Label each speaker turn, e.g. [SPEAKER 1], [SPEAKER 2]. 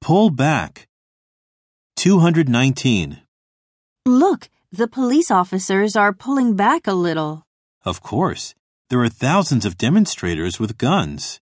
[SPEAKER 1] Pull back. 219.
[SPEAKER 2] Look, the police officers are pulling back a little.
[SPEAKER 1] Of course, there are thousands of demonstrators with guns.